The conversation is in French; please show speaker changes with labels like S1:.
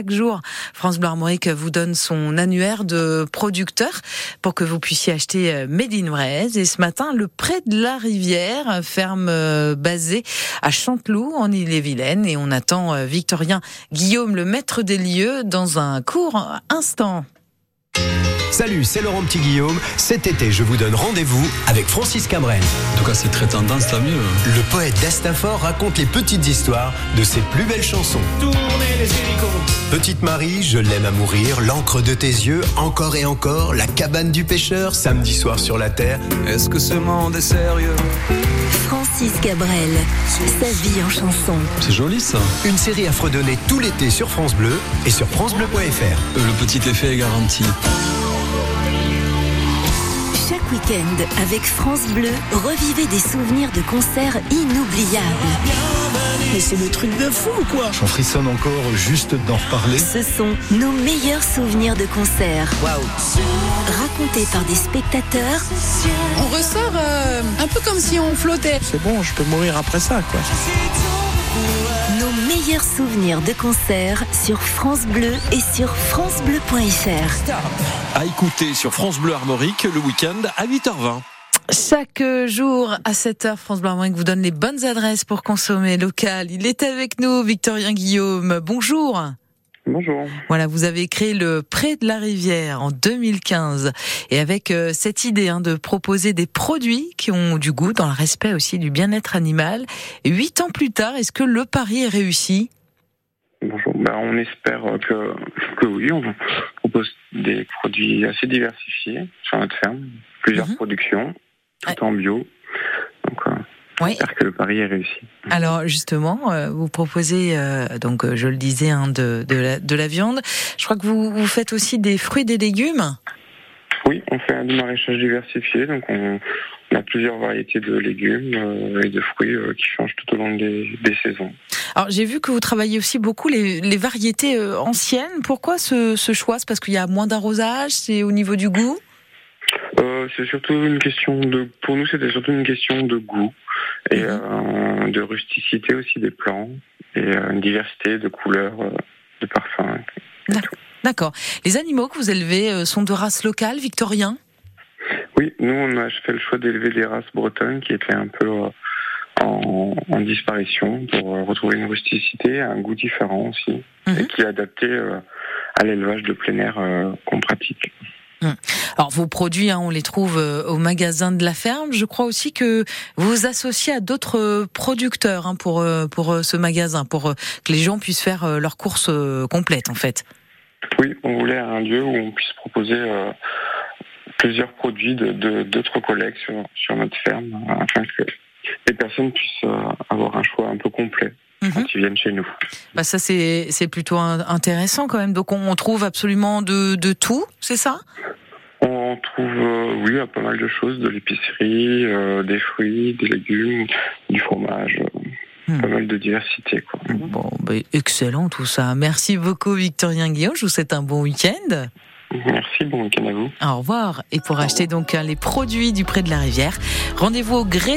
S1: Chaque jour, France Blanc Armorique vous donne son annuaire de producteurs pour que vous puissiez acheter euh, Made in Vraise. Et ce matin, le Près de la Rivière, euh, ferme euh, basée à Chanteloup, en Ille-et-Vilaine. Et on attend euh, Victorien Guillaume, le maître des lieux, dans un court instant.
S2: Salut, c'est Laurent Petit Guillaume. Cet été, je vous donne rendez-vous avec Francis Cabrel.
S3: En tout cas, c'est très tendance, tant mieux.
S2: Le poète d'Astafort raconte les petites histoires de ses plus belles chansons.
S4: Tournez les hélicos.
S2: Petite Marie, je l'aime à mourir, l'encre de tes yeux, encore et encore, la cabane du pêcheur, samedi soir sur la terre.
S3: Est-ce que ce monde est sérieux
S5: Francis Cabrel, sa vie en chanson.
S3: C'est joli ça. Euh,
S2: Une série à fredonner tout l'été sur France Bleu et sur FranceBleu.fr.
S3: Le petit effet est garanti.
S5: Chaque week-end, avec France Bleu, revivez des souvenirs de concerts inoubliables.
S6: Mais c'est des trucs de fou, quoi J'en frissonne encore juste d'en reparler.
S5: Ce sont nos meilleurs souvenirs de concerts. Racontés par des spectateurs
S7: On ressort euh, un peu comme si on flottait.
S6: C'est bon, je peux mourir après ça, quoi.
S5: Nos meilleurs souvenirs de concerts sur France Bleu et sur francebleu.fr.
S8: À écouter sur France Bleu Armorique le week-end à 8h20.
S1: Chaque jour à 7h, France Blanc Armorique vous donne les bonnes adresses pour consommer local. Il est avec nous, Victorien Guillaume. Bonjour.
S9: Bonjour.
S1: Voilà, vous avez créé le Pré de la Rivière en 2015 et avec euh, cette idée hein, de proposer des produits qui ont du goût dans le respect aussi du bien-être animal. Et huit ans plus tard, est-ce que le pari est réussi
S9: Bonjour. Ben, on espère euh, que, que oui, on vous propose des produits assez diversifiés sur notre ferme, plusieurs
S1: Mhm.
S9: productions, tout
S1: Ouais.
S9: en bio. Donc, euh,
S1: Oui.
S9: j'espère que le pari est réussi.
S1: Alors justement, euh, vous proposez, euh, donc euh, je le disais, hein, de, de, la, de la viande. Je crois que vous, vous faites aussi des fruits, des légumes.
S9: Oui, on fait du maraîchage diversifié, donc on, on a plusieurs variétés de légumes euh, et de fruits euh, qui changent tout au long des, des saisons.
S1: Alors j'ai vu que vous travaillez aussi beaucoup les, les variétés euh, anciennes. Pourquoi ce, ce choix C'est parce qu'il y a moins d'arrosage, c'est au niveau du goût
S9: Euh, c'est surtout une question de, pour nous, c'était surtout une question de goût et euh, de rusticité aussi des plants et euh, une diversité de couleurs, euh, de parfums.
S1: D'accord. Les animaux que vous élevez euh, sont de race locale, victorien
S9: Oui, nous, on a fait le choix d'élever des races bretonnes qui étaient un peu euh, en, en disparition pour euh, retrouver une rusticité, un goût différent aussi,
S1: Mhm.
S9: et qui est adapté euh, à l'élevage de plein air euh, qu'on pratique.
S1: Alors vos produits, hein, on les trouve euh, au magasin de la ferme. Je crois aussi que vous vous associez à d'autres euh, producteurs hein, pour euh, pour euh, ce magasin, pour euh, que les gens puissent faire euh, leurs courses euh, complètes en fait.
S9: Oui, on voulait un lieu où on puisse proposer euh, plusieurs produits de- de- d'autres collègues sur, sur notre ferme, euh, afin que les personnes puissent euh, avoir un choix un peu complet
S1: Mhm.
S9: quand ils viennent chez nous.
S1: Bah ça c'est c'est plutôt in- intéressant quand même. Donc on, on trouve absolument de de tout, c'est ça
S9: On trouve, euh, oui, à pas mal de choses, de l'épicerie, euh, des fruits, des légumes, du fromage, euh,
S1: Hmm.
S9: pas mal de diversité. Quoi.
S1: Bon, bah, excellent tout ça. Merci beaucoup Victorien Guillaume. Je vous souhaite un bon week-end.
S9: Merci, bon week-end à vous.
S1: Au revoir. Et pour acheter donc hein, les produits du Pré de la Rivière, rendez-vous au gré